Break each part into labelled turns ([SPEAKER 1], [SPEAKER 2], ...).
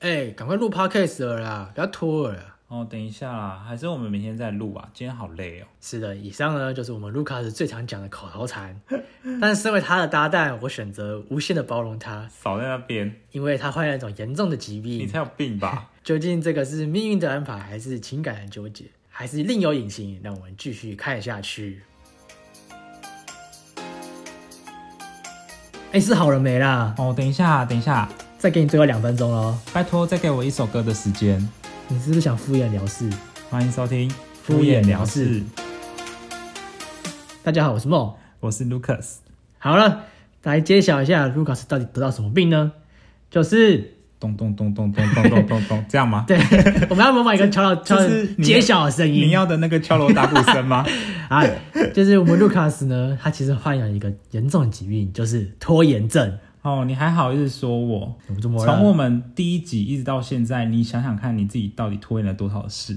[SPEAKER 1] 哎、赶快录 podcast 了啦，不要拖了啦。
[SPEAKER 2] 哦，等一下啦，还是我们明天再录啊，今天好累哦。
[SPEAKER 1] 是的，以上呢就是我们卢卡斯最常讲的口头 禅，但身为他的搭档，我选择无限的包容他，
[SPEAKER 2] 少在那边，
[SPEAKER 1] 因为他患了一种严重的疾
[SPEAKER 2] 你
[SPEAKER 1] 病。
[SPEAKER 2] 才有病吧？
[SPEAKER 1] 究竟这个是命运的安排，还是情感的纠结，还是另有隐情？让我们继续看下去。哎、是好了没啦？
[SPEAKER 2] 哦，等一下，等一下，
[SPEAKER 1] 再给你最后两分钟喽。
[SPEAKER 2] 拜托再给我一首歌的时间。
[SPEAKER 1] 你是不是想敷衍了事？
[SPEAKER 2] 欢迎收听《
[SPEAKER 1] 敷衍了事，大家好，我是梦。
[SPEAKER 2] 我是 Lucas。
[SPEAKER 1] 好了，来揭晓一下卢卡斯到底得到什么病呢？就是
[SPEAKER 2] 咚咚咚咚咚咚咚咚咚，这样吗？
[SPEAKER 1] 对， 我们要模仿一个敲敲
[SPEAKER 2] 这是你
[SPEAKER 1] 揭
[SPEAKER 2] 要
[SPEAKER 1] 晓的声
[SPEAKER 2] 你
[SPEAKER 1] 音
[SPEAKER 2] 要的那个敲锣打鼓声吗？
[SPEAKER 1] 啊，就是我们卢卡斯呢，他其实患有一个严重的疾病，就是拖延症。
[SPEAKER 2] 哦，你还好意思说我？
[SPEAKER 1] 怎么这么
[SPEAKER 2] 从我
[SPEAKER 1] 了？
[SPEAKER 2] 们第一集一直到现在，你想想看，你自己到底拖延了多少事？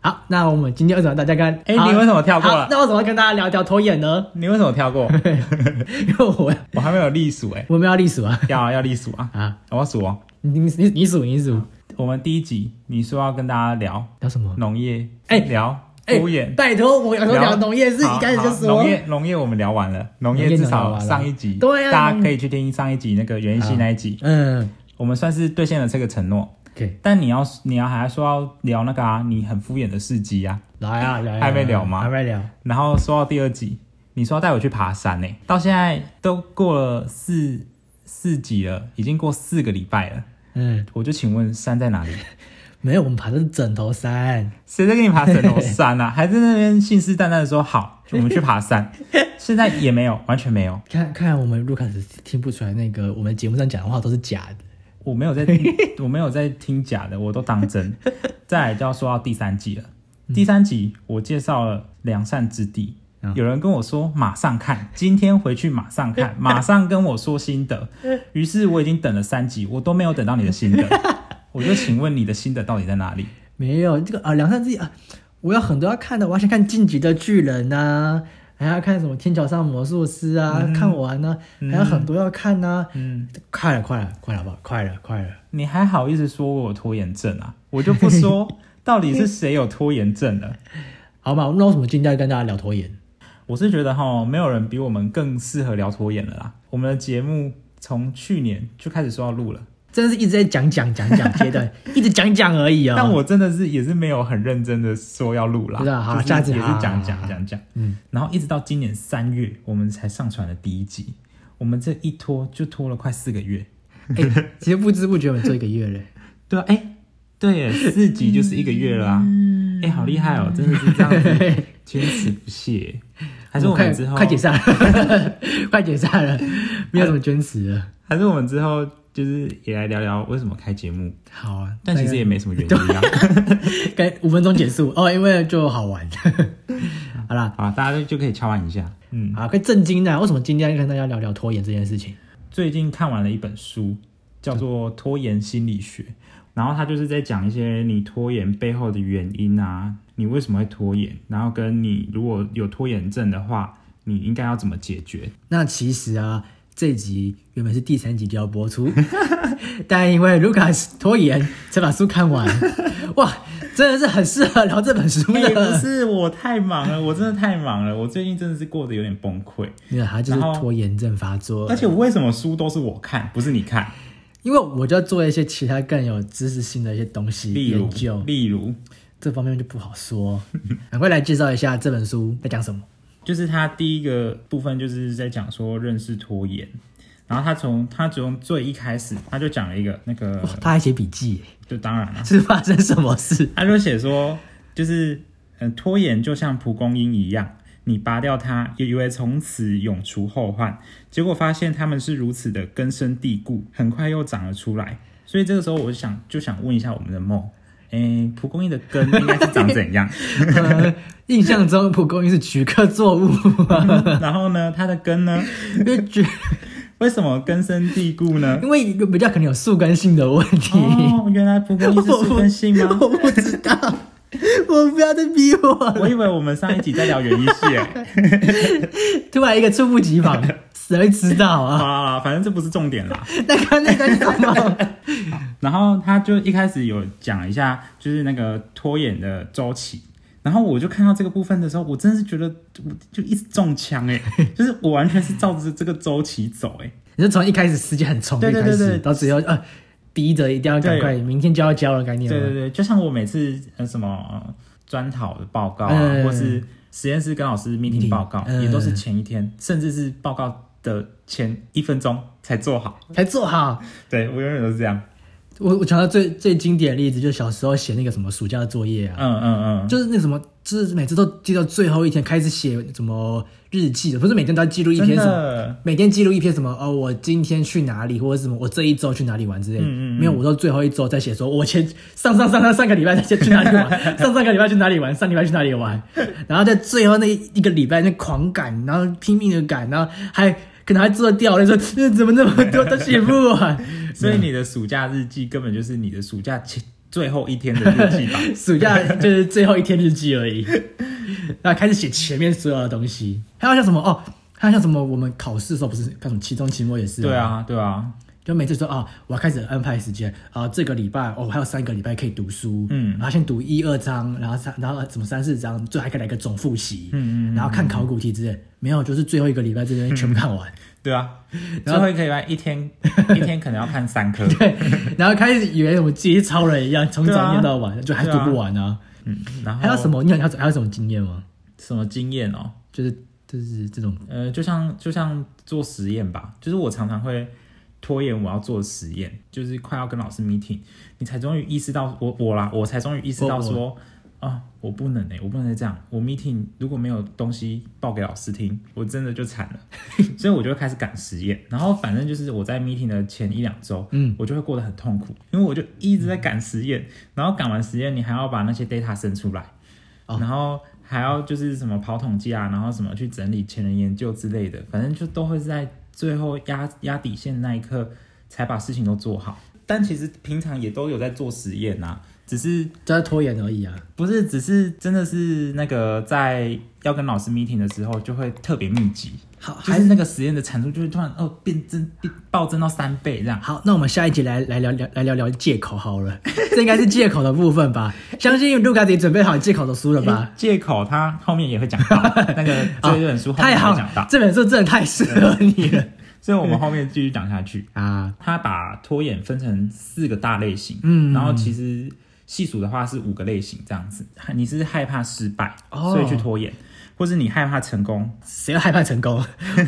[SPEAKER 1] 好，那我们今天为什么大家跟
[SPEAKER 2] 哎
[SPEAKER 1] 好
[SPEAKER 2] 你为什么跳过了
[SPEAKER 1] 好那为什么要跟大家聊一聊拖延呢？
[SPEAKER 2] 你为什么跳 过？
[SPEAKER 1] 因为我
[SPEAKER 2] 我还没有历数哎，
[SPEAKER 1] 我们要历数啊
[SPEAKER 2] 要啊要历数啊！
[SPEAKER 1] 啊！
[SPEAKER 2] 我要数哦。
[SPEAKER 1] 你你你数你数
[SPEAKER 2] 我们第一集你说要跟大家聊
[SPEAKER 1] 聊什么？
[SPEAKER 2] 农业，
[SPEAKER 1] 哎
[SPEAKER 2] 聊
[SPEAKER 1] 哎
[SPEAKER 2] 敷衍，
[SPEAKER 1] 拜托，我要说聊农业是
[SPEAKER 2] 好
[SPEAKER 1] 一开始就
[SPEAKER 2] 好
[SPEAKER 1] 说
[SPEAKER 2] 农业，农业我们聊完了，农
[SPEAKER 1] 农业
[SPEAKER 2] 业至
[SPEAKER 1] 讲完了
[SPEAKER 2] 少上一集，
[SPEAKER 1] 对啊
[SPEAKER 2] 大家可以去听上一集那个袁一
[SPEAKER 1] 好
[SPEAKER 2] 西那一集，
[SPEAKER 1] 嗯
[SPEAKER 2] 我们算是兑现了这个承诺。
[SPEAKER 1] ，OK，
[SPEAKER 2] 但你要你要还说要聊那个啊，你很敷衍的事迹啊，
[SPEAKER 1] 来啊来啊，
[SPEAKER 2] 还没聊吗
[SPEAKER 1] 还没聊。
[SPEAKER 2] 然后说到第二集，你说要带我去爬山呢、到现在都过了四四集了，已经过四个礼拜了，
[SPEAKER 1] 嗯，
[SPEAKER 2] 我就请问山在哪里？
[SPEAKER 1] 没有，我们爬的是枕头山。
[SPEAKER 2] 谁在给你爬神农山啊？还在那边信誓旦旦的说好，我们去爬山，现在也没有，完全没有，
[SPEAKER 1] 看看我们卢卡斯听不出来，那个我们节目上讲的话都是假的。
[SPEAKER 2] 我没有在，我没有在听假的，我都当真。再来就要说到第三季了，第三集我介绍了良善之地。
[SPEAKER 1] 嗯
[SPEAKER 2] 有人跟我说马上看，今天回去马上看，马上跟我说心得。于是我已经等了三集，我都没有等到你的心得，我就请问你的心得到底在哪里？
[SPEAKER 1] 没有这个啊，梁山之己啊，我有很多要看的，我要先看《晋级的巨人》呐，还要看什么《天桥上的魔术师》啊，看完呢、还有很多要看呐、
[SPEAKER 2] 嗯，
[SPEAKER 1] 快了，快了，快了，好不好？快了，快了。
[SPEAKER 2] 你还好意思说我有拖延症啊？我就不 说到底是谁有拖延症了。
[SPEAKER 1] 好吧，那为什么今天要跟大家聊拖延？
[SPEAKER 2] 我是觉得哈，没有人比我们更适合聊拖延了啦。我们的节目从去年就开始说要录了，
[SPEAKER 1] 真的是一直在讲讲讲讲阶 段，一直讲讲而已哦。
[SPEAKER 2] 但我真的是也是没有很认真的说要录啦。
[SPEAKER 1] 不是啊好
[SPEAKER 2] 就是
[SPEAKER 1] 下次
[SPEAKER 2] 也是
[SPEAKER 1] 好好
[SPEAKER 2] 讲
[SPEAKER 1] 好
[SPEAKER 2] 讲讲讲，
[SPEAKER 1] 嗯，
[SPEAKER 2] 然后一直到今年三月，我们才上传了第一集。我们这一拖就拖了快四个月，
[SPEAKER 1] 哎、其实不知不觉我们做一个月了。
[SPEAKER 2] 对啊，哎、对耶，四集就是一个月了啊，哎、好厉害哦，真的是这样子坚持不 懈， 还是我
[SPEAKER 1] 快
[SPEAKER 2] 们之后
[SPEAKER 1] 快解散了， 快解散了，没有什么坚持了。
[SPEAKER 2] 还是我们之后就是也来聊聊为什么开节目，
[SPEAKER 1] 好啊，
[SPEAKER 2] 但其实也没什么原因啊。
[SPEAKER 1] 该五分钟结束哦，因为就好玩。 好啦，
[SPEAKER 2] 好，大家就可以敲完一下。嗯，
[SPEAKER 1] 啊，快震惊啊！为什么今天要跟大家聊聊拖延这件事情？
[SPEAKER 2] 最近看完了一本书，叫做《拖延心理学》，然后它就是在讲一些你拖延背后的原因啊，你为什么会拖延，然后跟你如果有拖延症的话，你应该要怎么解决。
[SPEAKER 1] 那其实啊，这集原本是第三集就要播出， 但因为卢卡斯拖延才把书看完。哇，真的是很适合聊这本书
[SPEAKER 2] 哎也不
[SPEAKER 1] 的。
[SPEAKER 2] 是我太忙了，我真的太忙了，我最近真的是过得有点崩溃。
[SPEAKER 1] 没有，他就是
[SPEAKER 2] 然后
[SPEAKER 1] 拖延症发作
[SPEAKER 2] 而。且我为什么书都是我看，不是你看？
[SPEAKER 1] 因为我就要做一些其他更有知识性的一些东西
[SPEAKER 2] 例如
[SPEAKER 1] 研究，，
[SPEAKER 2] 例如，
[SPEAKER 1] 这方面就不好 说。赶快来介绍一下这本书在讲什么。
[SPEAKER 2] 就是他第一个部分就是在讲说认识拖延，然后他从他从最一开始他就讲了一个那个，
[SPEAKER 1] 哇他还写笔记耶，
[SPEAKER 2] 就当然了，
[SPEAKER 1] 是发生什么 事？
[SPEAKER 2] 他就写说就是嗯、呃拖延就像蒲公英一样，你拔掉它，也以为从此永除后患，结果发现它们是如此的根深蒂固，很快又长了出来。所以这个时候我想就想问一下我们的梦，诶，蒲公英的根应该是长怎样？
[SPEAKER 1] 呃印象中蒲公英是菊科作物，
[SPEAKER 2] 然后呢，它的根呢，
[SPEAKER 1] 因为菊
[SPEAKER 2] 为什么根深蒂固 呢？
[SPEAKER 1] 因为比较可能有树根性的问题。
[SPEAKER 2] 哦，原来蒲公英是树根性吗？
[SPEAKER 1] 我不知道，我不要再逼我了。
[SPEAKER 2] 我以为我们上一集在聊园艺系诶，
[SPEAKER 1] 突然一个猝不及防，谁会知道啊？
[SPEAKER 2] 好啦，反正这不是重点啦。
[SPEAKER 1] 那个那个你懂吗？
[SPEAKER 2] 然后他就一开始有讲一下，就是那个拖延的周期。然后我就看到这个部分的时候，我真是觉得我就一直中枪 哎、就是我完全是照着这个周期走哎、
[SPEAKER 1] 你是从一开始时间很冲的
[SPEAKER 2] 对对
[SPEAKER 1] 开
[SPEAKER 2] 对
[SPEAKER 1] 始，
[SPEAKER 2] 对
[SPEAKER 1] 到最后呃逼着一定要赶快，明天就要交了概念
[SPEAKER 2] 对
[SPEAKER 1] 吗
[SPEAKER 2] 对对，就像我每次呃什么呃专讨的报告啊，
[SPEAKER 1] 嗯
[SPEAKER 2] 或是实验室跟老师
[SPEAKER 1] meeting，
[SPEAKER 2] meeting 报告，
[SPEAKER 1] 嗯
[SPEAKER 2] 也都是前一天，甚至是报告的前一分钟才做好。
[SPEAKER 1] 才做好。
[SPEAKER 2] 对我永远都是这样。
[SPEAKER 1] 我我想到最最经典的例子，就是小时候写那个什么暑假的作业啊，
[SPEAKER 2] 嗯嗯嗯，
[SPEAKER 1] 就是那什么，就是每次都记到最后一天开始写什么日记的，不是每天都要记录一篇
[SPEAKER 2] 真
[SPEAKER 1] 什么，
[SPEAKER 2] 的，
[SPEAKER 1] 每天记录一篇什么哦，我今天去哪里，或者什么我这一周去哪里玩之类的。
[SPEAKER 2] 嗯嗯嗯
[SPEAKER 1] 没有，我到最后一周再写说，我前上上上上上个礼拜再去哪里玩，上上个礼拜去哪里玩，上礼拜去哪里玩，然后在最后那一个礼拜那狂赶，然后拼命的赶，然后还可能还做掉，那说这怎么那么多都写不完。
[SPEAKER 2] 所以你的暑假日记根本就是你的暑假前最后一天的日记吧？
[SPEAKER 1] 暑假 就是啊最后一天日记而已，然后开始写前面所有的东西，还有像什么哦，还有像什么我们考试的时候不是干什么期中、期末也是，
[SPEAKER 2] 对，啊，对啊，
[SPEAKER 1] 就每次说哦，我要开始安排时间啊、这个礼拜哦，我还有三个礼拜可以读书，
[SPEAKER 2] 嗯
[SPEAKER 1] 然后先读一二章，然后三，然后什么三四章，最后还可以来个总复习，
[SPEAKER 2] 嗯
[SPEAKER 1] 然后看考古题之类，没有，就是最后一个礼拜这 边全部看完，
[SPEAKER 2] 对啊。
[SPEAKER 1] 然
[SPEAKER 2] 最
[SPEAKER 1] 后
[SPEAKER 2] 后一个礼拜一天，一天可能要看三 科。
[SPEAKER 1] 对，然后开始以为我自己是超人一样，从
[SPEAKER 2] 对啊
[SPEAKER 1] 早念到晚，就还是读
[SPEAKER 2] 对啊
[SPEAKER 1] 不完啊。
[SPEAKER 2] 嗯，然后
[SPEAKER 1] 还有什么？你有还有还有什么经验吗？
[SPEAKER 2] 什么经验哦？
[SPEAKER 1] 就是就是这种
[SPEAKER 2] 呃，就像就像做实验吧，就是我常常会拖延我要做的实验，就是快要跟老师 meeting，你才终于意识到我我啦，我才终于意识到说，啊、我不能哎、我不能再这样，我 meeting 如果没有东西报给老师听，我真的就惨了， 所以我就会开始赶实验，然后反正就是我在 meeting 的前一两周，
[SPEAKER 1] 嗯，
[SPEAKER 2] 我就会过得很痛苦，因为我就一直在赶实验，然后赶完实验，你还要把那些 data 生出来，
[SPEAKER 1] 哦
[SPEAKER 2] 然后还要就是什么跑统计啊，然后什么去整理前人研究之类的，反正就都会是在最后压压底线那一刻才把事情都做好。但其实平常也都有在做实验呐、只是
[SPEAKER 1] 就在拖延而已啊。
[SPEAKER 2] 不是只是真的是那个在要跟老师 meeting 的时候就会特别密集，
[SPEAKER 1] 好，
[SPEAKER 2] 就
[SPEAKER 1] 还
[SPEAKER 2] 是
[SPEAKER 1] 是
[SPEAKER 2] 那个实验的产出就会突然哦变增变暴增到三倍这样。
[SPEAKER 1] 好，那我们下一集来来聊聊来聊聊借口好 了，这应该是借口的部分吧？相信卢卡迪准备好借口的书了
[SPEAKER 2] 诶
[SPEAKER 1] 吧？啊
[SPEAKER 2] 借口他后面也会讲 到那个这本书后面
[SPEAKER 1] 太
[SPEAKER 2] 也
[SPEAKER 1] 好
[SPEAKER 2] 会讲
[SPEAKER 1] 了
[SPEAKER 2] 到，，
[SPEAKER 1] 这本书真的太适合你了
[SPEAKER 2] 所以我们后面继续讲下去。
[SPEAKER 1] 啊！
[SPEAKER 2] 他把拖延分成四个大类型，
[SPEAKER 1] 嗯
[SPEAKER 2] 然后其实细数的话是五个类型这样子。你是害怕失败，
[SPEAKER 1] 哦
[SPEAKER 2] 所以去拖延，或是你害怕成功。
[SPEAKER 1] 谁要害怕成 功？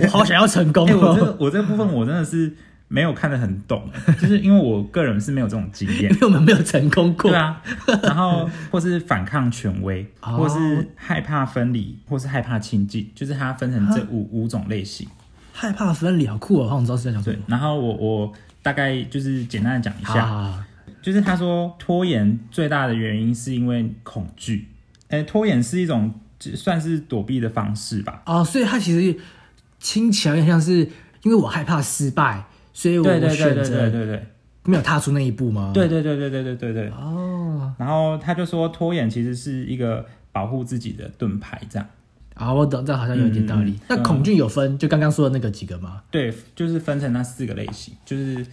[SPEAKER 1] 我好想要成功
[SPEAKER 2] 哎、我这
[SPEAKER 1] 哦！
[SPEAKER 2] 个我这个部分我真的是没有看得很懂，就是因为我个人是没有这种经验
[SPEAKER 1] 因。为我们没有成功 过
[SPEAKER 2] 对，啊，然后或是反抗权威，
[SPEAKER 1] 哦
[SPEAKER 2] 或是害怕分离，或是害怕亲近，就是它分成这五五种类型。
[SPEAKER 1] 害怕分离，好酷哦！我好像知道是在讲什
[SPEAKER 2] 对
[SPEAKER 1] 么。，
[SPEAKER 2] 然后我我大概就是简单的讲一
[SPEAKER 1] 好
[SPEAKER 2] 下，
[SPEAKER 1] 好好
[SPEAKER 2] 就是他说拖延最大的原因是因为恐惧，呃，拖延是一种只算是躲避的方式吧。
[SPEAKER 1] 哦，所以它其实听起来有点像是，因为我害怕失败，所以我
[SPEAKER 2] 对
[SPEAKER 1] 我
[SPEAKER 2] 对对
[SPEAKER 1] 选
[SPEAKER 2] 对对
[SPEAKER 1] 择
[SPEAKER 2] 对啊对
[SPEAKER 1] 没有踏出那一步吗？
[SPEAKER 2] 对对对对对对对对。
[SPEAKER 1] 哦，
[SPEAKER 2] 然后他就说拖延其实是一个保护自己的盾牌，这样
[SPEAKER 1] 啊，我懂，这好像有一点道理。
[SPEAKER 2] 嗯
[SPEAKER 1] 那恐惧有分，就刚刚说的那个几个吗？
[SPEAKER 2] 对，就是分成那四个类型，就是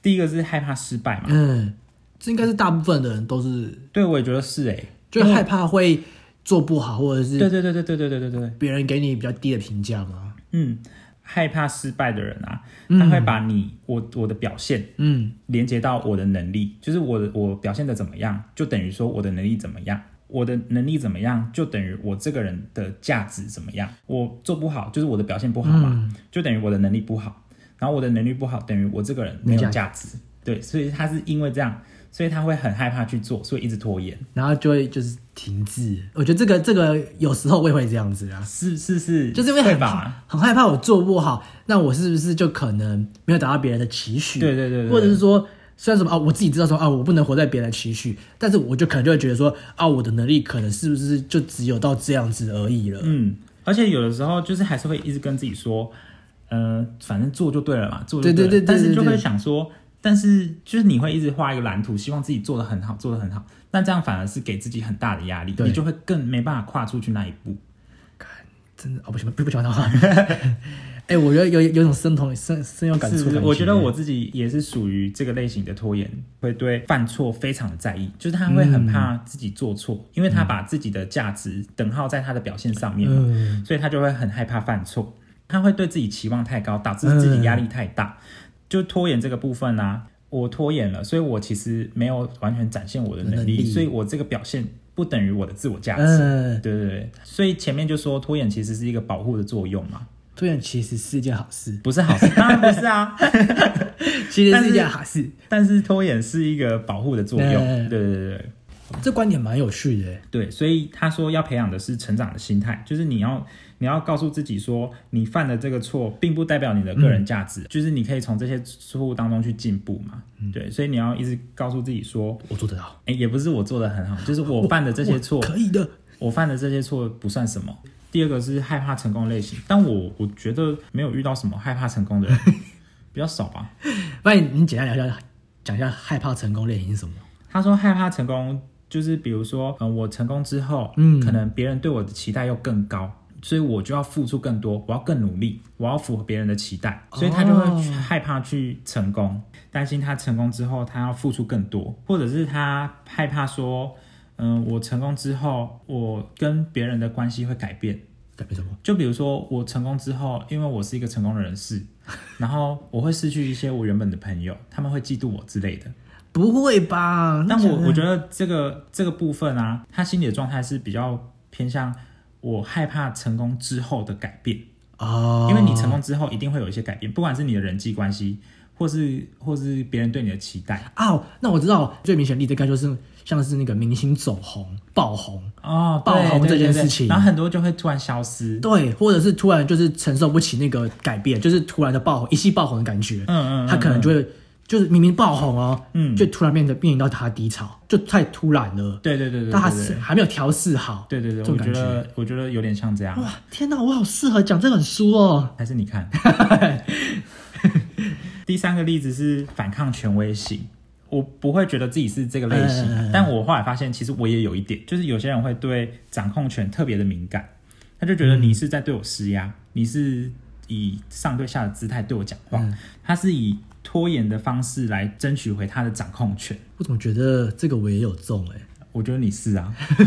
[SPEAKER 2] 第一个是害怕失败嘛，
[SPEAKER 1] 嗯，这应该是大部分的人都是，
[SPEAKER 2] 对我也觉得是哎、欸，
[SPEAKER 1] 就害怕会做不好，或者
[SPEAKER 2] 对
[SPEAKER 1] 是
[SPEAKER 2] 对对对对对对对对，
[SPEAKER 1] 别人给你比较低的评价吗？
[SPEAKER 2] 嗯，害怕失败的人啊，他会把你我我的表现
[SPEAKER 1] 嗯，
[SPEAKER 2] 连接到我的能力，就是我的我表现的怎么样，就等于说我的能力怎么样。我的能力怎么样，就等于我这个人的价值怎么样。我做不好，就是我的表现不好嘛，
[SPEAKER 1] 嗯
[SPEAKER 2] 就等于我的能力不好。然后我的能力不好，等于我这个人没
[SPEAKER 1] 没
[SPEAKER 2] 有
[SPEAKER 1] 价
[SPEAKER 2] 价值。对，所以他是因为这样，所以他会很害怕去做，所以一直拖延。
[SPEAKER 1] 然后就会就是停滞。我觉得这个这个有时候我也会这样子啊。
[SPEAKER 2] 是是是，
[SPEAKER 1] 就是因为
[SPEAKER 2] 对
[SPEAKER 1] 很
[SPEAKER 2] 吧？
[SPEAKER 1] 怕很害怕我做不好，那我是不是就可能没有达到别人的期许？
[SPEAKER 2] 对对对对
[SPEAKER 1] 或者是说，虽然什么啊，我自己知道说啊，我不能活在别人的期许，但是我就可能就会觉得说啊，我的能力可能是不是就只有到这样子而已了？
[SPEAKER 2] 嗯，而且有的时候就是还是会一直跟自己说，呃，反正做就对了嘛，做就
[SPEAKER 1] 对对
[SPEAKER 2] 了
[SPEAKER 1] 对对
[SPEAKER 2] 但是就
[SPEAKER 1] 对
[SPEAKER 2] 会
[SPEAKER 1] 对
[SPEAKER 2] 想说，但是就是你会一直画一个蓝图，希望自己做的很好，做的很好。那这样反而是给自己很大的压力，
[SPEAKER 1] 对
[SPEAKER 2] 你就会更没办法跨出去那一步。
[SPEAKER 1] 真的哦，不行，不不喜欢他。 哎、我觉得有有种深同深深有感触
[SPEAKER 2] 是
[SPEAKER 1] 的感觉。
[SPEAKER 2] 我觉得我自己也是属于这个类型的拖延，会对犯错非常在意，就是他会
[SPEAKER 1] 嗯
[SPEAKER 2] 很怕自己做错，因为他把自己的价值等号在他的表现上面，
[SPEAKER 1] 嗯
[SPEAKER 2] 所以他就会很害怕犯错，他会对自己期望太高，导致自己压力太大。就拖延这个部分呢、我拖延了，所以我其实没有完全展现我的能力，
[SPEAKER 1] 能力
[SPEAKER 2] 所以我这个表现不等于我的自我价值。
[SPEAKER 1] 嗯，
[SPEAKER 2] 对对对，所以前面就说拖延其实是一个保护的作用嘛，
[SPEAKER 1] 拖延其实是一件好事，
[SPEAKER 2] 不是好事，当然不是啊。
[SPEAKER 1] 其实
[SPEAKER 2] 但
[SPEAKER 1] 是
[SPEAKER 2] 是
[SPEAKER 1] 一件好事。
[SPEAKER 2] 但是拖延是一个保护的作
[SPEAKER 1] 嗯
[SPEAKER 2] 用，对对对对
[SPEAKER 1] 这观点蛮有趣的。欸
[SPEAKER 2] 对，所以他说要培养的是成长的心态，就是你要你要告诉自己说，你犯的这个错并不代表你的个人价值，就是你可以从这些错误当中去进步嘛，对，所以你要一直告诉自己说，
[SPEAKER 1] 我做得到，
[SPEAKER 2] 哎，也不是我做的很好，就是我犯的这些错
[SPEAKER 1] 我，可以的。
[SPEAKER 2] 我犯的这些错不算什么。第二个是害怕成功类型，但我我觉得没有遇到什么害怕成功的人，比较少吧。
[SPEAKER 1] 那你你简单聊一下，讲一下害怕成功类型是什么？
[SPEAKER 2] 他说害怕成功，就是比如说，嗯、我成功之后，
[SPEAKER 1] 嗯
[SPEAKER 2] 可能别人对我的期待又更高，所以我就要付出更多，我要更努力，我要符合别人的期待，所以他就会去害怕去成功，担心他成功之后他要付出更多，或者是他害怕说，嗯、我成功之后，我跟别人的关系会改变。
[SPEAKER 1] 改变什么？
[SPEAKER 2] 就比如说，我成功之后，因为我是一个成功的人士，然后我会失去一些我原本的朋友，他们会嫉妒我之类的。
[SPEAKER 1] 不会吧？
[SPEAKER 2] 但我我觉
[SPEAKER 1] 得
[SPEAKER 2] 得这个这个部分啊，他心理的状态是比较偏向我害怕成功之后的改变，
[SPEAKER 1] 哦，
[SPEAKER 2] 因为你成功之后一定会有一些改变，不管是你的人际关系，或是或是别人对你的期待。
[SPEAKER 1] 哦，那我知道最明显的例子，该就是像是那个明星走红、爆红，
[SPEAKER 2] 哦，
[SPEAKER 1] 爆
[SPEAKER 2] 对
[SPEAKER 1] 红
[SPEAKER 2] 对
[SPEAKER 1] 这件
[SPEAKER 2] 对对
[SPEAKER 1] 事情
[SPEAKER 2] 然后很多就会突然消失。
[SPEAKER 1] 对，或者是突然就是承受不起那个改变，就是突然的爆红、一夕爆红的感觉，
[SPEAKER 2] 嗯嗯嗯
[SPEAKER 1] 他可能就会就是明明爆红哦，
[SPEAKER 2] 嗯
[SPEAKER 1] 就突然变得面临到他的低潮，就太突然了，
[SPEAKER 2] 对对对对对
[SPEAKER 1] 但他
[SPEAKER 2] 对
[SPEAKER 1] 是
[SPEAKER 2] 对
[SPEAKER 1] 还没有调试好，
[SPEAKER 2] 对对
[SPEAKER 1] 这
[SPEAKER 2] 对，
[SPEAKER 1] 种
[SPEAKER 2] 我觉
[SPEAKER 1] 感觉。
[SPEAKER 2] 得我觉得有点像这样，
[SPEAKER 1] 哇，天哪，我好适合讲这本书哦。
[SPEAKER 2] 还是你看。 第三个例子是反抗权威型，我不会觉得自己是这个类型啊，
[SPEAKER 1] 嗯嗯嗯嗯
[SPEAKER 2] 但我后来发现，其实我也有一点，就是有些人会对掌控权特别的敏感，他就觉
[SPEAKER 1] 嗯
[SPEAKER 2] 得你是在对我施压，你是以上对下的姿态对我讲话，
[SPEAKER 1] 嗯
[SPEAKER 2] 他是以拖延的方式来争取回他的掌控权。
[SPEAKER 1] 我总觉得这个我也有中哎、
[SPEAKER 2] 我觉得你是啊，
[SPEAKER 1] 不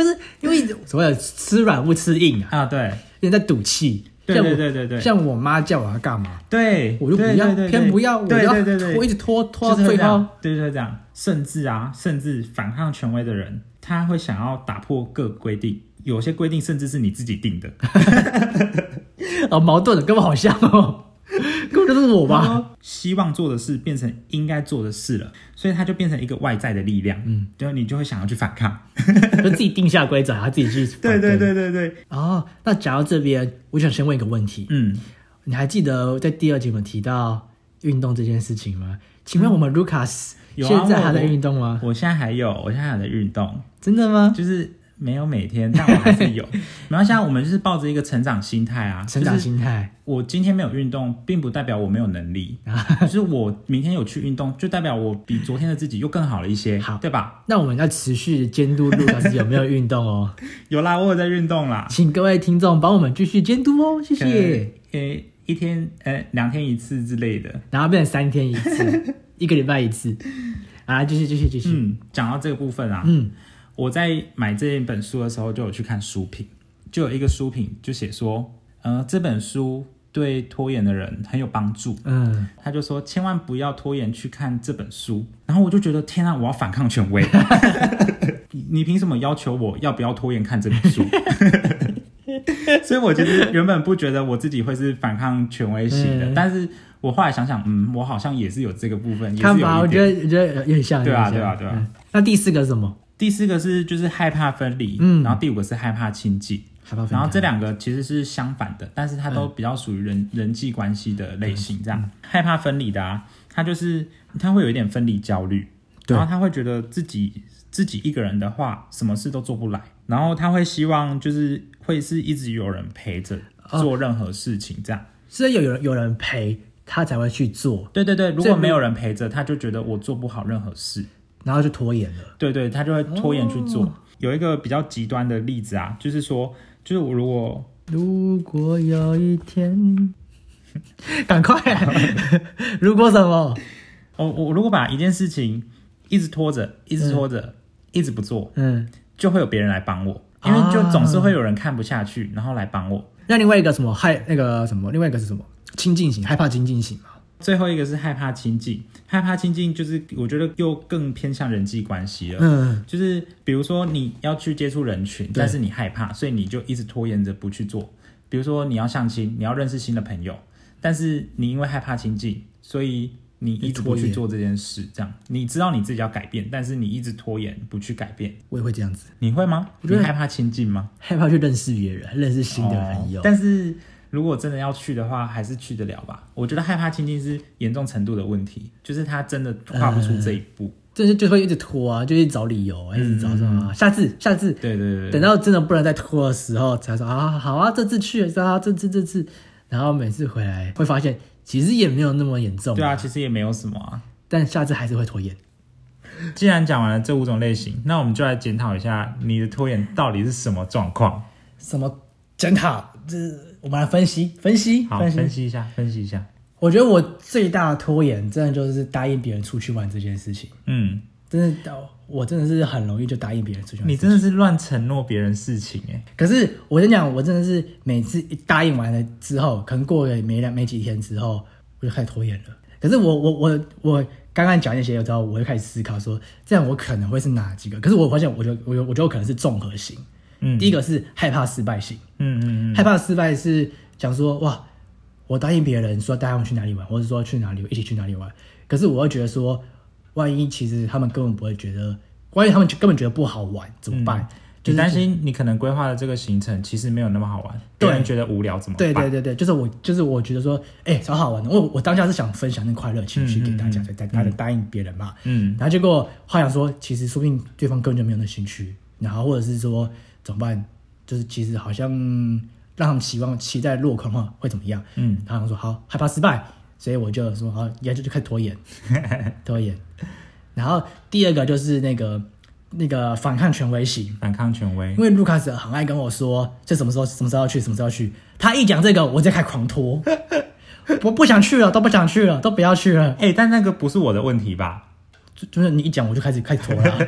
[SPEAKER 1] 是因 为所谓的吃软不吃硬啊，
[SPEAKER 2] 啊对
[SPEAKER 1] 有人在赌气。
[SPEAKER 2] 对
[SPEAKER 1] 像我
[SPEAKER 2] 对对对对
[SPEAKER 1] 像我妈叫我要干嘛，
[SPEAKER 2] 对，
[SPEAKER 1] 我就不
[SPEAKER 2] 对
[SPEAKER 1] 要
[SPEAKER 2] 对，对
[SPEAKER 1] 偏不要，我就
[SPEAKER 2] 对
[SPEAKER 1] 要
[SPEAKER 2] 对对对，
[SPEAKER 1] 拖，一直拖拖到
[SPEAKER 2] 就是会
[SPEAKER 1] 最
[SPEAKER 2] 这
[SPEAKER 1] 后
[SPEAKER 2] 样。，对对对，这样，甚至啊，甚至反抗权威的人，他会想要打破各规定，有些规定甚至是你自己定 的。
[SPEAKER 1] 哦，矛盾的，跟我好像哦， 根本就是我吧？
[SPEAKER 2] 哦希望做的事变成应该做的事了，所以它就变成一个外在的力量，嗯，然后你就会想要去反抗。
[SPEAKER 1] 就自己定下规则，他自己去。
[SPEAKER 2] 对对。对对对，
[SPEAKER 1] 哦，那讲到这边，我想先问一个问题，
[SPEAKER 2] 嗯，
[SPEAKER 1] 你还记得在第二集我们提到运动这件事情吗？请问我们 Lucas、
[SPEAKER 2] 有啊
[SPEAKER 1] 现在还在
[SPEAKER 2] 我
[SPEAKER 1] 运动吗？
[SPEAKER 2] 我现在还有，我现在还有在运动，
[SPEAKER 1] 真的吗？
[SPEAKER 2] 就是没有每天，但我还是 有。然后现在啊我们就是抱着一个成长心态啊，
[SPEAKER 1] 成长
[SPEAKER 2] 就是
[SPEAKER 1] 心态，
[SPEAKER 2] 我今天没有运动，并不代表我没有 能力，就是我明天有去运动，就代表我比昨天的自己又更好了一些，
[SPEAKER 1] 好
[SPEAKER 2] 对吧？
[SPEAKER 1] 那我们要持续监督 Lucas 有没有运动 哦，
[SPEAKER 2] 有啦，我有在运动啦，
[SPEAKER 1] 请各位听众帮我们继续监督哦，谢
[SPEAKER 2] 可能
[SPEAKER 1] 谢。
[SPEAKER 2] 呃一天呃两天一次之类的。
[SPEAKER 1] 然后变成三天一 次，一个礼拜一次。啊，继续继续继续。
[SPEAKER 2] 嗯，讲到这个部分啊，
[SPEAKER 1] 嗯，
[SPEAKER 2] 我在买这一本书的时候就有去看书评，就有一个书评就写说，呃，这本书对拖延的人很有帮助。
[SPEAKER 1] 嗯，
[SPEAKER 2] 他就说，千万不要拖延去看这本书。然后我就觉得，天啊，我要反抗权威！你 你凭什么要求我要不要拖延看这本书？ 所以我其实原本不觉得我自己会是反抗权威型的，
[SPEAKER 1] 嗯
[SPEAKER 2] 但是我后来想想，嗯，我好像也是有这个部分，也是有
[SPEAKER 1] 看
[SPEAKER 2] 一
[SPEAKER 1] 吧，我
[SPEAKER 2] 点。
[SPEAKER 1] 觉得我觉得有点像。
[SPEAKER 2] 对啊
[SPEAKER 1] 有点像
[SPEAKER 2] 对啊对啊
[SPEAKER 1] 嗯那第四个是什么？
[SPEAKER 2] 第四个是就是害怕分离，
[SPEAKER 1] 嗯
[SPEAKER 2] 然后第五个是害怕亲近，
[SPEAKER 1] 海报分嗯
[SPEAKER 2] 然后
[SPEAKER 1] 享
[SPEAKER 2] 这两个其实是相反的，但是它都比较属于人、人际关系的类型。这
[SPEAKER 1] 嗯
[SPEAKER 2] 样、害怕分离的啊，他就是他会有一点分离焦虑，
[SPEAKER 1] 对
[SPEAKER 2] 然后他会觉得自己自己一个人的话，什么事都做不来，然后他会希望就是会是一直有人陪着
[SPEAKER 1] 哦
[SPEAKER 2] 做任何事情这样。
[SPEAKER 1] 所以有人有人陪他才会去做，
[SPEAKER 2] 对对对，如
[SPEAKER 1] 这
[SPEAKER 2] 果
[SPEAKER 1] 个
[SPEAKER 2] 没有人陪着，他就觉得我做不好任何事。
[SPEAKER 1] 然后就拖延了。
[SPEAKER 2] 对
[SPEAKER 1] 哦
[SPEAKER 2] 对，他就会拖延去做。有一个比较极端的例子啊，就是说，就是我如果
[SPEAKER 1] 如果有一天， 赶 快！如果什么？
[SPEAKER 2] 哦我我如果把一件事情一直拖着，一直拖着，一直不做，
[SPEAKER 1] 嗯，
[SPEAKER 2] 就会有别人来帮我，因为就
[SPEAKER 1] 啊
[SPEAKER 2] 总是会有人看不下去，然后来帮我。
[SPEAKER 1] 那另外一个什么害那个什么，另外一个是什么？亲近型，害怕亲近型嘛？
[SPEAKER 2] 最后一个是害怕亲近，害怕亲近就是我觉得又更偏向人际关系了。
[SPEAKER 1] 嗯，
[SPEAKER 2] 就是比如说你要去接触人群，但是你害怕，所以你就一直拖延着不去做。比如说你要相亲，你要认识新的朋友，但是你因为害怕亲近，所以你一直不去做这件事。这样你知道你自己要改变，但是你一直拖延不去改变，
[SPEAKER 1] 我也会这样子，
[SPEAKER 2] 你会吗？
[SPEAKER 1] 我
[SPEAKER 2] 你
[SPEAKER 1] 觉得
[SPEAKER 2] 害怕亲近吗？
[SPEAKER 1] 害怕去认识别人，认识新的朋友。
[SPEAKER 2] 哦但是如果真的要去的话，还是去得了吧。我觉得害怕亲近是严重程度的问题，就是他真的跨不出这一步。
[SPEAKER 1] 这是就会一直拖啊，就一直找理由，一直找什么、下次下次，
[SPEAKER 2] 对对对对，
[SPEAKER 1] 等到真的不能再拖的时候，才说啊好啊，这次去啊，这次这次，然后每次回来会发现其实也没有那么严重，
[SPEAKER 2] 对啊，其实也没有什么啊。
[SPEAKER 1] 但下次还是会拖延。
[SPEAKER 2] 既然讲完了这五种类型，那我们就来检讨一下你的拖延到底是什么状况。
[SPEAKER 1] 什么检讨，这是我们来分析分析
[SPEAKER 2] 好，
[SPEAKER 1] 分析
[SPEAKER 2] 分析一下，分析一下。
[SPEAKER 1] 我觉得我最大的拖延，真的就是答应别人出去玩这件事情，
[SPEAKER 2] 嗯，
[SPEAKER 1] 真的，我真的是很容易就答应别人出去玩。
[SPEAKER 2] 你真的是乱承诺别人事情哎、
[SPEAKER 1] 可是我跟你讲，我真的是每次一答应完了之后，可能过了没两没几天之后，我就开始拖延了。可是我我我我刚刚讲那些之后，我就开始思考说，这样我可能会是哪几个？可是我发现我就，我就我就可能是综合型。
[SPEAKER 2] 嗯
[SPEAKER 1] 第一个是害怕失败型，
[SPEAKER 2] 嗯嗯嗯，
[SPEAKER 1] 害怕失败是讲说哇，我答应别人说带他们去哪里玩，或者说去哪里一起去哪里玩，可是我又觉得说，万一其实他们根本不会觉得，万一他们根本觉得不好玩怎么办？
[SPEAKER 2] 就嗯担心你可能规划的这个行程其实没有那么好玩，
[SPEAKER 1] 对
[SPEAKER 2] 别人觉得无聊怎么
[SPEAKER 1] 对
[SPEAKER 2] 办？
[SPEAKER 1] 对对对，就是我就是我觉得说，哎、超好玩的。我我当下是想分享那快乐情绪给大家，所以大家答应别人嘛。
[SPEAKER 2] 嗯，
[SPEAKER 1] 然后结果话想说，其实说不定对方根本就没有那兴趣，然后或者是说怎么办？就是其实好像让他们期望期待落空的话会怎么样？
[SPEAKER 2] 嗯，
[SPEAKER 1] 然后我说好害怕失败，所以我就说好，也就就开始拖延，拖延。 然后第二个就是那个那个反抗权威型，
[SPEAKER 2] 反抗权威
[SPEAKER 1] 因。为卢卡斯很爱跟我说，这什么时候什么时候要去，什么时候要去。他一讲这个，我就开始狂拖， 我不想去了，都不想去了，都不要去了。
[SPEAKER 2] 哎、但那个不是我的问题吧？
[SPEAKER 1] 就就是你一讲，我就开始开始拖 了啊、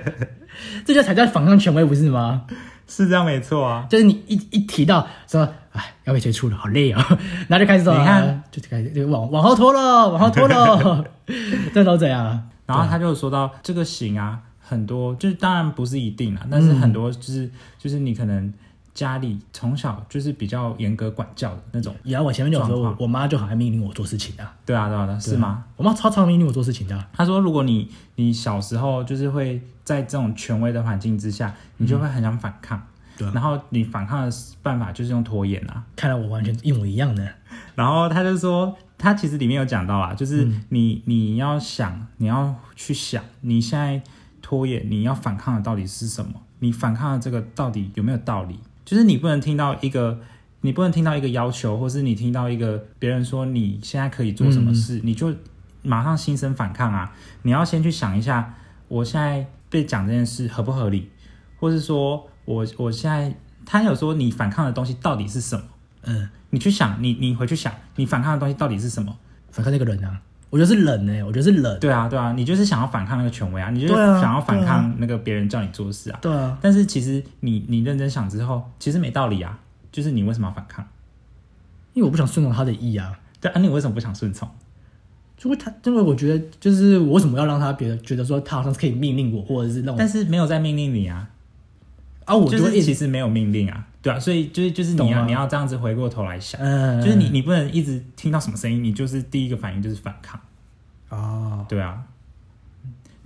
[SPEAKER 1] 这就才叫反抗权威，不是吗？
[SPEAKER 2] 是这样没错啊。
[SPEAKER 1] 就是你一一提到说，哎，要被接触了，好累啊、 然后就开始说，
[SPEAKER 2] 你看
[SPEAKER 1] 啊就开始就往往后拖了，往后拖了， 这都怎样啊？
[SPEAKER 2] 然后他就说到这个型啊，很多就是当然不是一定啦，但是
[SPEAKER 1] 嗯
[SPEAKER 2] 很多就是、就是你可能家里从小就是比较严格管教的那种，
[SPEAKER 1] 然后我前面就有说，
[SPEAKER 2] 状
[SPEAKER 1] 我
[SPEAKER 2] 况
[SPEAKER 1] 我妈就很爱命令我做事情的、啊，嗯
[SPEAKER 2] 对啊对啊对啊，是吗？
[SPEAKER 1] 我妈超常命令我做事情的啊、
[SPEAKER 2] 他说，如果你你小时候就是会在这种权威的环境之下，你就会很想反抗，
[SPEAKER 1] 嗯对啊
[SPEAKER 2] 然后你反抗的办法就是用拖延啊。
[SPEAKER 1] 看来我完全一模一样的。
[SPEAKER 2] 然后他就说，他其实里面有讲到啦，就是你、你要想，你要去想，你现在拖延，你要反抗的到底是什么？你反抗的这个到底有没有道理？就是你不能听到一个，你不能听到一个要求，或是你听到一个别人说你现在可以做什么事，你就马上心生反抗啊！你要先去想一下，我现在被讲这件事合不合理，或是说我我现在他有说你反抗的东西到底是什么？
[SPEAKER 1] 嗯，
[SPEAKER 2] 你去想，你你回去想，你反抗的东西到底是什么？
[SPEAKER 1] 反抗那个人啊，我觉得是冷哎、我觉得是冷。
[SPEAKER 2] 对啊，对啊，你就是想要反抗那个权威啊，你就是
[SPEAKER 1] 对啊
[SPEAKER 2] 想要反抗那个别人叫你做的事啊。
[SPEAKER 1] 对啊，
[SPEAKER 2] 但是其实你你认真想之后，其实没道理啊，就是你为什么要反抗？
[SPEAKER 1] 因为我不想顺从他的意啊，
[SPEAKER 2] 对啊，你为什么不想顺从？
[SPEAKER 1] 就会他，因为我觉得就是我为什么要让他别人觉得说他好像是可以命令我，或者是让我
[SPEAKER 2] 但是没有在命令你啊，
[SPEAKER 1] 啊，我
[SPEAKER 2] 就
[SPEAKER 1] 就会
[SPEAKER 2] 是
[SPEAKER 1] 一
[SPEAKER 2] 其
[SPEAKER 1] 直
[SPEAKER 2] 实没有命令啊，对啊，所以就是就是你
[SPEAKER 1] 懂
[SPEAKER 2] 要、
[SPEAKER 1] 啊
[SPEAKER 2] 你要这样子回过头来想，
[SPEAKER 1] 嗯，
[SPEAKER 2] 就是你你不能一直听到什么声音，你就是第一个反应就是反抗。
[SPEAKER 1] 哦，
[SPEAKER 2] 对啊，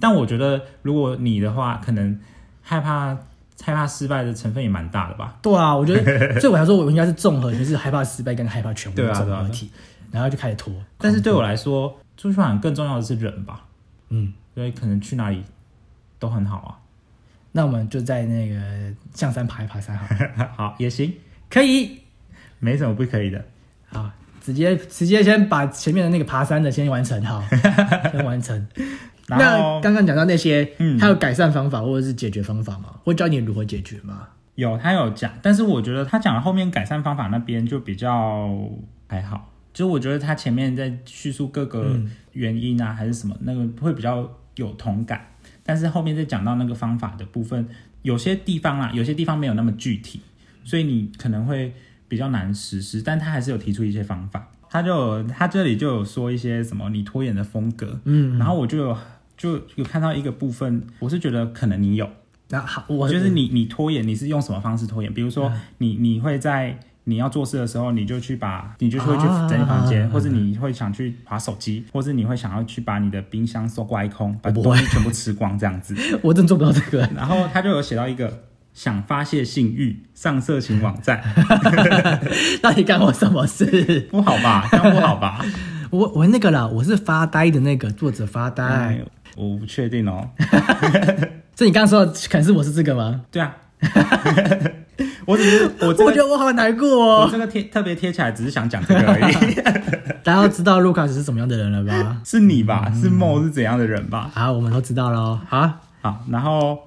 [SPEAKER 2] 但我觉得如果你的话，可能害怕害怕失败的成分也蛮大的吧。
[SPEAKER 1] 对啊，我觉 得对我来说，我应该是综合，就是害怕失败跟害怕全部
[SPEAKER 2] 对
[SPEAKER 1] 综
[SPEAKER 2] 啊对啊
[SPEAKER 1] 合体，然后就开始拖。
[SPEAKER 2] 但是对我来说，出去玩更重要的是人吧，
[SPEAKER 1] 嗯，
[SPEAKER 2] 所以可能去哪里都很好啊
[SPEAKER 1] 那我们就在那个象山爬一爬山好了，
[SPEAKER 2] 啊。 好，也行，
[SPEAKER 1] 可以
[SPEAKER 2] 没什么不可以的。
[SPEAKER 1] 啊，直接直接先把前面的那个爬山的先完成好，先完 成。
[SPEAKER 2] 然后
[SPEAKER 1] 那刚刚讲到那些，
[SPEAKER 2] 嗯
[SPEAKER 1] 还有改善方法或者是解决方法吗？会教你如何解决吗？
[SPEAKER 2] 有他有讲，但是我觉得他讲的后面改善方法那边就比较还好，就我觉得他前面在叙述各个原因啊、还是什么，那个会比较有同感，但是后面再讲到那个方法的部分，有些地方啊啦，有些地方没有那么具体，所以你可能会比较难实施，但他还是有提出一些方法。他就有他这里就有说一些什么你拖延的风格，嗯，然后我就有就有看到一个部分，我是觉得可能你有，
[SPEAKER 1] 那好，我
[SPEAKER 2] 就是你你拖延，你是用什么方式拖延？比如说你你会在你要做事的时候，你就去把你就会去
[SPEAKER 1] 啊
[SPEAKER 2] 整理房间，或者你会想去划手机，或者你会想要去把你的冰箱搜刮一空，把
[SPEAKER 1] 不
[SPEAKER 2] 东西全部吃光这样子。
[SPEAKER 1] 我真做不到这 个。
[SPEAKER 2] 然后他就有写到一个想发泄性欲上色情网站，
[SPEAKER 1] 到底干我什么事？
[SPEAKER 2] 不好吧？这样不好吧？
[SPEAKER 1] 我我那个啦，我是发呆的那个作者发呆
[SPEAKER 2] 哎。，我不确定哦。
[SPEAKER 1] 这你刚刚说的，可能是我是这个吗？
[SPEAKER 2] 对啊， 我只是我这
[SPEAKER 1] 我觉
[SPEAKER 2] 个
[SPEAKER 1] 得我好难过
[SPEAKER 2] 我
[SPEAKER 1] 哦。
[SPEAKER 2] 这个贴特别贴起来，只是想讲这个而已。
[SPEAKER 1] 大家都知道卢卡斯是什么样的人了吧？
[SPEAKER 2] 是你吧？是梦是怎样的人吧？
[SPEAKER 1] 好，我们都知道喽。好，
[SPEAKER 2] 好，然后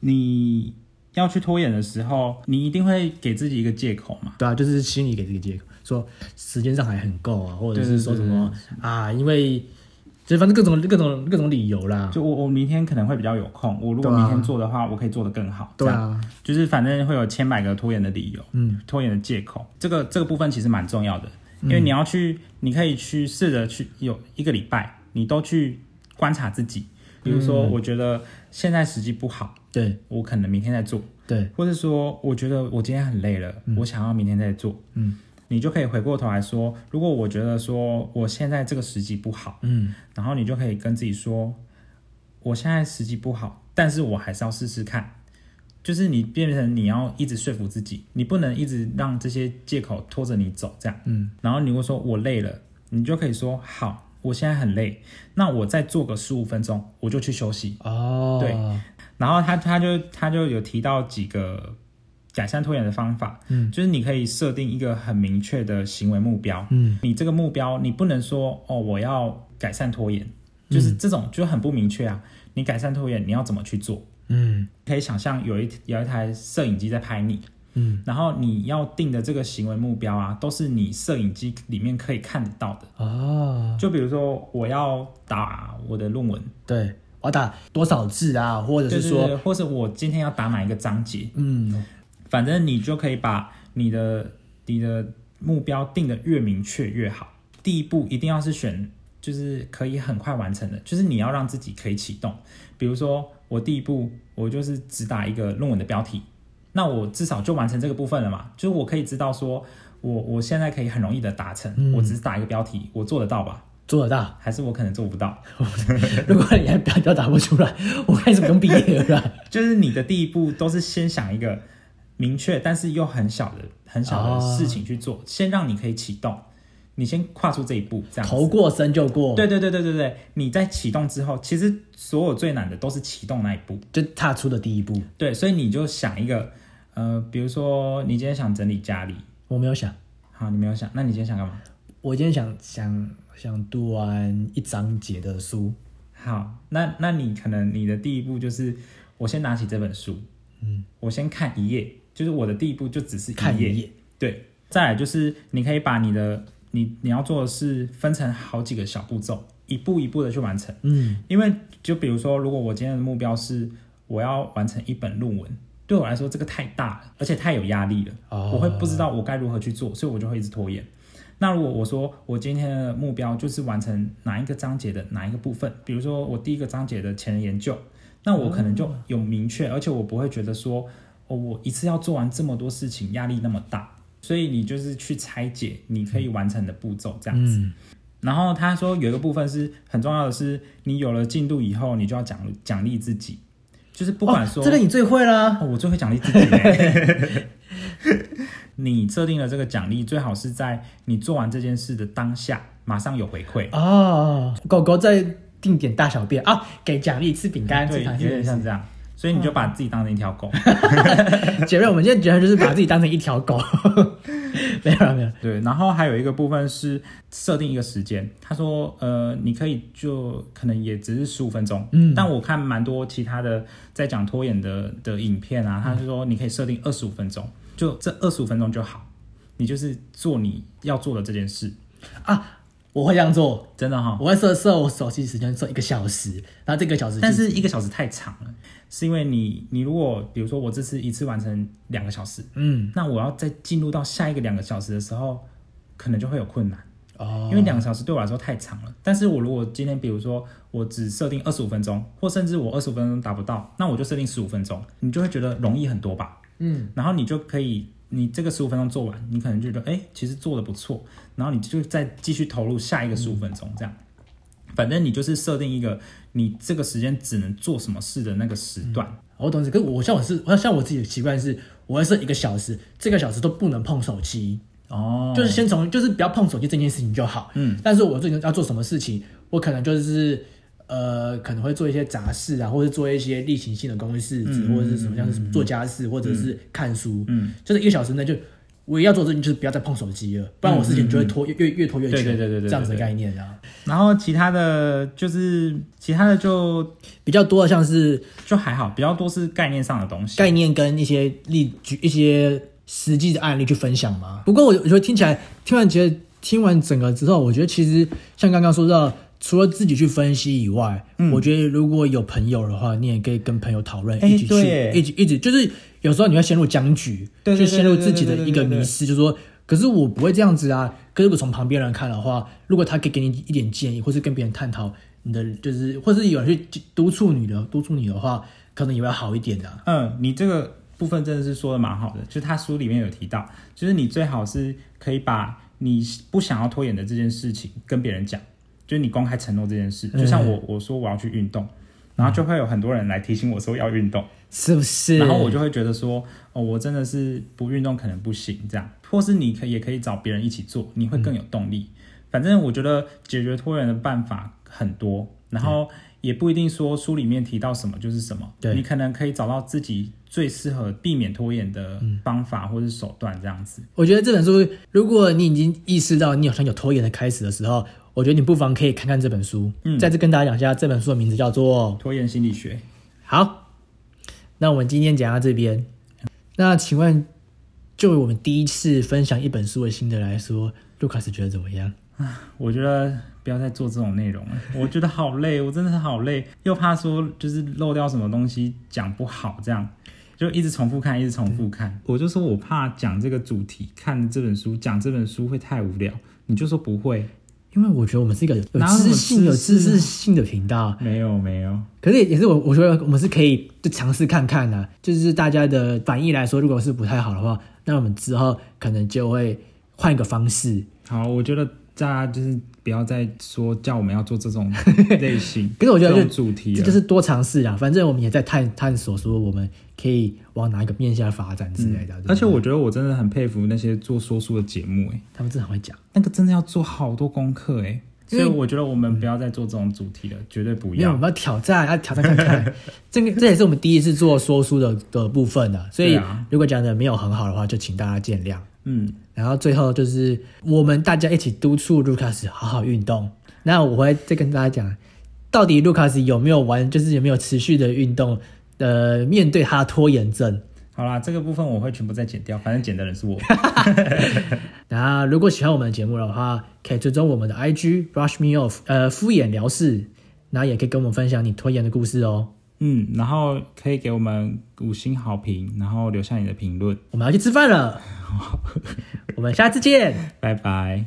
[SPEAKER 2] 你要去拖延的时候，你一定会给自己一个借口嘛？
[SPEAKER 1] 对啊，就是心里给这个借口，说时间上还很够啊，或者
[SPEAKER 2] 对
[SPEAKER 1] 是说
[SPEAKER 2] 对
[SPEAKER 1] 什么啊，因为就反正各种各种各种理由啦。
[SPEAKER 2] 就我我明天可能会比较有空，我如果
[SPEAKER 1] 对啊
[SPEAKER 2] 明天做的话，我可以做得更好。
[SPEAKER 1] 对
[SPEAKER 2] 这样，
[SPEAKER 1] 啊，
[SPEAKER 2] 就是反正会有千百个拖延的理由，嗯，拖延的借口，这个这个部分其实蛮重要的，
[SPEAKER 1] 嗯
[SPEAKER 2] 因为你要去，你可以去试着去有一个礼拜，你都去观察自己，比如
[SPEAKER 1] 嗯
[SPEAKER 2] 说，我觉得现在时机不好，
[SPEAKER 1] 对
[SPEAKER 2] 我可能明天再做，
[SPEAKER 1] 对，
[SPEAKER 2] 或是说，我觉得我今天很累了，我想要明天再做，
[SPEAKER 1] 嗯，
[SPEAKER 2] 你就可以回过头来说，如果我觉得说我现在这个时机不好，
[SPEAKER 1] 嗯，
[SPEAKER 2] 然后你就可以跟自己说，我现在时机不好，但是我还是要试试看。就是你变成你要一直说服自己，你不能一直让这些借口拖着你走，这样，
[SPEAKER 1] 嗯，
[SPEAKER 2] 然后你会说我累了，你就可以说好，我现在很累，那我再做个十五分钟，我就去休息，
[SPEAKER 1] 哦，
[SPEAKER 2] 对然后他他就他就有提到几个改善拖延的方法，嗯，就是你可以设定一个很明确的行为目标，
[SPEAKER 1] 嗯，
[SPEAKER 2] 你这个目标你不能说哦我要改善拖延，
[SPEAKER 1] 嗯
[SPEAKER 2] 就是这种就很不明确啊。你改善拖延你要怎么去做？
[SPEAKER 1] 嗯
[SPEAKER 2] 可以想象有一有一台摄影机在拍你，
[SPEAKER 1] 嗯，
[SPEAKER 2] 然后你要定的这个行为目标啊，都是你摄影机里面可以看得到的。
[SPEAKER 1] 哦，
[SPEAKER 2] 就比如说我要打我的论文，
[SPEAKER 1] 对，我要打多少字啊，或者
[SPEAKER 2] 就是是
[SPEAKER 1] 说，
[SPEAKER 2] 说，或是我今天要打哪一个章节，
[SPEAKER 1] 嗯，
[SPEAKER 2] 反正你就可以把你的你的目标定的越明确越好。第一步一定要是选，就是可以很快完成的，就是你要让自己可以启动。比如说，我第一步我就是只打一个论文的标题，那我至少就完成这个部分了嘛，就是我可以知道说我我现在可以很容易的达成，我只是打一个标题，我做得到吧？
[SPEAKER 1] 做得到。
[SPEAKER 2] 还是我可能做不到？
[SPEAKER 1] 如果你还表表打不出来，我看你怎么能毕业 了啦。
[SPEAKER 2] 就是你的第一步都是先想一个明确，但是又很小的、很小的事情去做，先让你可以启动，你先跨出这一步，这样
[SPEAKER 1] 头
[SPEAKER 2] 子。
[SPEAKER 1] 过身就过，，
[SPEAKER 2] 对对对对对对，你在启动之后，其实所有最难的都是启动那一步。
[SPEAKER 1] 就踏出的第一步。
[SPEAKER 2] 对，所以你就想一个，呃，比如说你今天想整理家里，
[SPEAKER 1] 我没有想，
[SPEAKER 2] 好，你没有想，那你今天想干嘛？
[SPEAKER 1] 我今天想想想读完一章节的书，
[SPEAKER 2] 好，那那你可能你的第一步就是，我先拿起这本书，嗯，我先看一页，就是我的第一步就只是
[SPEAKER 1] 看
[SPEAKER 2] 页
[SPEAKER 1] 一页，
[SPEAKER 2] 对，再来就是你可以把你的你你要做的事分成好几个小步骤，一步一步的去完成。
[SPEAKER 1] 嗯，
[SPEAKER 2] 因为就比如说，如果我今天的目标是我要完成一本论文，对我来说这个太大了，而且太有压力了，
[SPEAKER 1] 哦
[SPEAKER 2] 我会不知道我该如何去做，所以我就会一直拖延。那如果我说我今天的目标就是完成哪一个章节的哪一个部分，比如说我第一个章节的前人研究，那我可能
[SPEAKER 1] 哦
[SPEAKER 2] 就有明确，而且我不会觉得说哦，我一次要做完这么多事情，压力那么大，所以你就是去拆解你可以完成的步骤这样子。然后他说有一个部分是很重要的是，你有了进度以后，你就要奖奖励自己，就是不管说、
[SPEAKER 1] 哦、这个你最会啦，
[SPEAKER 2] 哦，我最会奖励自己嘞。你设定了这个奖励，最好是在你做完这件事的当下，马上有回馈。
[SPEAKER 1] 哦，狗狗在定点大小便啊，给奖励吃饼干，
[SPEAKER 2] 嗯对，
[SPEAKER 1] 吃
[SPEAKER 2] 有
[SPEAKER 1] 糖
[SPEAKER 2] 点
[SPEAKER 1] 吃
[SPEAKER 2] 像这样。所以你就把自己当成一条狗。
[SPEAKER 1] 姐妹，我们现在觉得就是把自己当成一条 狗，没有了没有了，
[SPEAKER 2] 对，然后还有一个部分是设定一个时间，他说，呃，你可以就可能也只是十五分钟，
[SPEAKER 1] 嗯
[SPEAKER 2] 但我看蛮多其他的在讲拖延的的影片啊，他是说你可以设定二十五分钟，就这二十五分钟就好，你就是做你要做的这件事，
[SPEAKER 1] 啊，我会这样做，
[SPEAKER 2] 真的哈、
[SPEAKER 1] 我会设设我手机时间设一个小时，然后这个小时就，
[SPEAKER 2] 但是一个小时太长了，是因为你你如果比如说我这次一次完成两个小时，
[SPEAKER 1] 嗯
[SPEAKER 2] 那我要再进入到下一个两个小时的时候，可能就会有困难。
[SPEAKER 1] 哦，
[SPEAKER 2] 因为两个小时对我来说太长了。但是我如果今天比如说我只设定二十五分钟，或甚至我二十五分钟达不到，那我就设定十五分钟，你就会觉得容易很多吧？
[SPEAKER 1] 嗯，
[SPEAKER 2] 然后你就可以，你这个十五分钟做完，你可能就觉得哎、诶其实做的不错，然后你就再继续投入下一个十五分钟这样。反正你就是设定一个你这个时间只能做什么事的那个时段，
[SPEAKER 1] 我懂这，可是我像我是，我像我自己的习惯是，我会设一个小时，这个小时都不能碰手机，
[SPEAKER 2] 哦
[SPEAKER 1] 就是先从就是不要碰手机这件事情就好。
[SPEAKER 2] 嗯，
[SPEAKER 1] 但是我最近要做什么事情，我可能就是呃，可能会做一些杂事啊，或者做一些例行性的公事，
[SPEAKER 2] 嗯
[SPEAKER 1] 或者是什么像是什么做家事，或者是看书，
[SPEAKER 2] 嗯，
[SPEAKER 1] 就是一个小时内就。我要做的事情就是不要再碰手机了，不然我事情就
[SPEAKER 2] 嗯
[SPEAKER 1] 会拖越越越拖越久，
[SPEAKER 2] 对对对对对
[SPEAKER 1] 这样子的概念啊。
[SPEAKER 2] 然后其他的就是其他的就
[SPEAKER 1] 比较多的像是
[SPEAKER 2] 就还好，比较多是概念上的东西。
[SPEAKER 1] 概念跟一些例举一些实际的案例去分享吗？不过我我觉得听起来，听完觉得听完整个之后，我觉得其实像刚刚说到，除了自己去分析以外，我觉得如果有朋友的话，你也可以跟朋友讨论，
[SPEAKER 2] 嗯哎
[SPEAKER 1] 一起去，
[SPEAKER 2] 对
[SPEAKER 1] 一起一起，就是有时候你会陷入僵局，
[SPEAKER 2] 对对
[SPEAKER 1] 就
[SPEAKER 2] 对
[SPEAKER 1] 陷入自己的一个
[SPEAKER 2] 对对对对对
[SPEAKER 1] 迷失，就说。可是我不会这样子啊！可是我从旁边人看的话，如果他可以给你一点建议，或是跟别人探讨你的，就是或是有人去督促你的，督促你的话，可能也会好一点的、啊。
[SPEAKER 2] 嗯，你这个部分真的是说的蛮好的，就是他书里面有提到，就是你最好是可以把你不想要拖延的这件事情跟别人讲，就是你公开承诺这件事。
[SPEAKER 1] 嗯
[SPEAKER 2] 就像我我说我要去运动，然后就会有很多人来提醒我说要运动，
[SPEAKER 1] 是不是？
[SPEAKER 2] 然后我就会觉得说，哦，我真的是不运动可能不行这样，或是你可以也可以找别人一起做，你会
[SPEAKER 1] 嗯
[SPEAKER 2] 更有动力。反正我觉得解决拖延的办法很多，然后也不一定说书里面提到什么就是什么，
[SPEAKER 1] 对
[SPEAKER 2] 你可能可以找到自己最适合避免拖延的
[SPEAKER 1] 嗯
[SPEAKER 2] 方法或是手段这样子。
[SPEAKER 1] 我觉得这本书，如果你已经意识到你好像有拖延的开始的时候，我觉得你不妨可以看看这本书。
[SPEAKER 2] 嗯
[SPEAKER 1] 再次跟大家讲一下，这本书的名字叫做
[SPEAKER 2] 拖延心理学，
[SPEAKER 1] 好。那我们今天讲到这边。那请问，就我们第一次分享一本书的心得来说，卢卡斯觉得怎么样？
[SPEAKER 2] 我觉得不要再做这种内 容了，我觉得好累，我真的是好累，又怕说就是漏掉什么东西讲不好，这样就一直重复看，一直重复看。我就说我怕讲这个主题，看这本书，讲这本书会太无聊。你就说不会，
[SPEAKER 1] 因为我觉得我们是一个有有
[SPEAKER 2] 哪有什
[SPEAKER 1] 知
[SPEAKER 2] 么
[SPEAKER 1] 性、有
[SPEAKER 2] 知
[SPEAKER 1] 知
[SPEAKER 2] 识
[SPEAKER 1] 识性的频道，
[SPEAKER 2] 没有没有，
[SPEAKER 1] 可是也是我，我觉得我们是可以就尝试看看的、啊就是大家的反应来说，如果是不太好的话，那我们之后可能就会换一个方式。
[SPEAKER 2] 好，我觉得大家就是不要再说叫我们要做这种类 型，
[SPEAKER 1] 可是我觉得
[SPEAKER 2] 这
[SPEAKER 1] 就
[SPEAKER 2] 种主题
[SPEAKER 1] 这
[SPEAKER 2] 了，
[SPEAKER 1] 就是多尝试啊，反正我们也在探探索，说我们可以往哪一个面向发展之类的。
[SPEAKER 2] 而且我觉得我真的很佩服那些做说书的节目、欸，
[SPEAKER 1] 他们真的很会讲，
[SPEAKER 2] 那个真的要做好多功课哎、
[SPEAKER 1] 因
[SPEAKER 2] 所
[SPEAKER 1] 为
[SPEAKER 2] 以我觉得我们不要再做这种主题了，绝对不
[SPEAKER 1] 因为我
[SPEAKER 2] 要
[SPEAKER 1] 们。要挑战，要挑战看 看。这个这也是我们第一次做说书的的部分啊，所以
[SPEAKER 2] 对啊
[SPEAKER 1] 如果讲的没有很好的话，就请大家见谅。
[SPEAKER 2] 嗯，
[SPEAKER 1] 然后最后就是我们大家一起督促 Lucas 好好运动。那我会再跟大家讲，到底 Lucas 有没有玩，就是有没有持续的运动，呃，面对他的拖延症。
[SPEAKER 2] 好啦，这个部分我会全部再剪掉，反正剪的人是 我。
[SPEAKER 1] 然后如果喜欢我们的节目的话，可以追踪我们的 IG Brush Me Off，呃，敷衍了事。然后也可以跟我们分享你拖延的故事哦。
[SPEAKER 2] 嗯，然后可以给我们五星好评，然后留下你的评论，
[SPEAKER 1] 我们要去吃饭了，我们下次见。
[SPEAKER 2] 拜拜。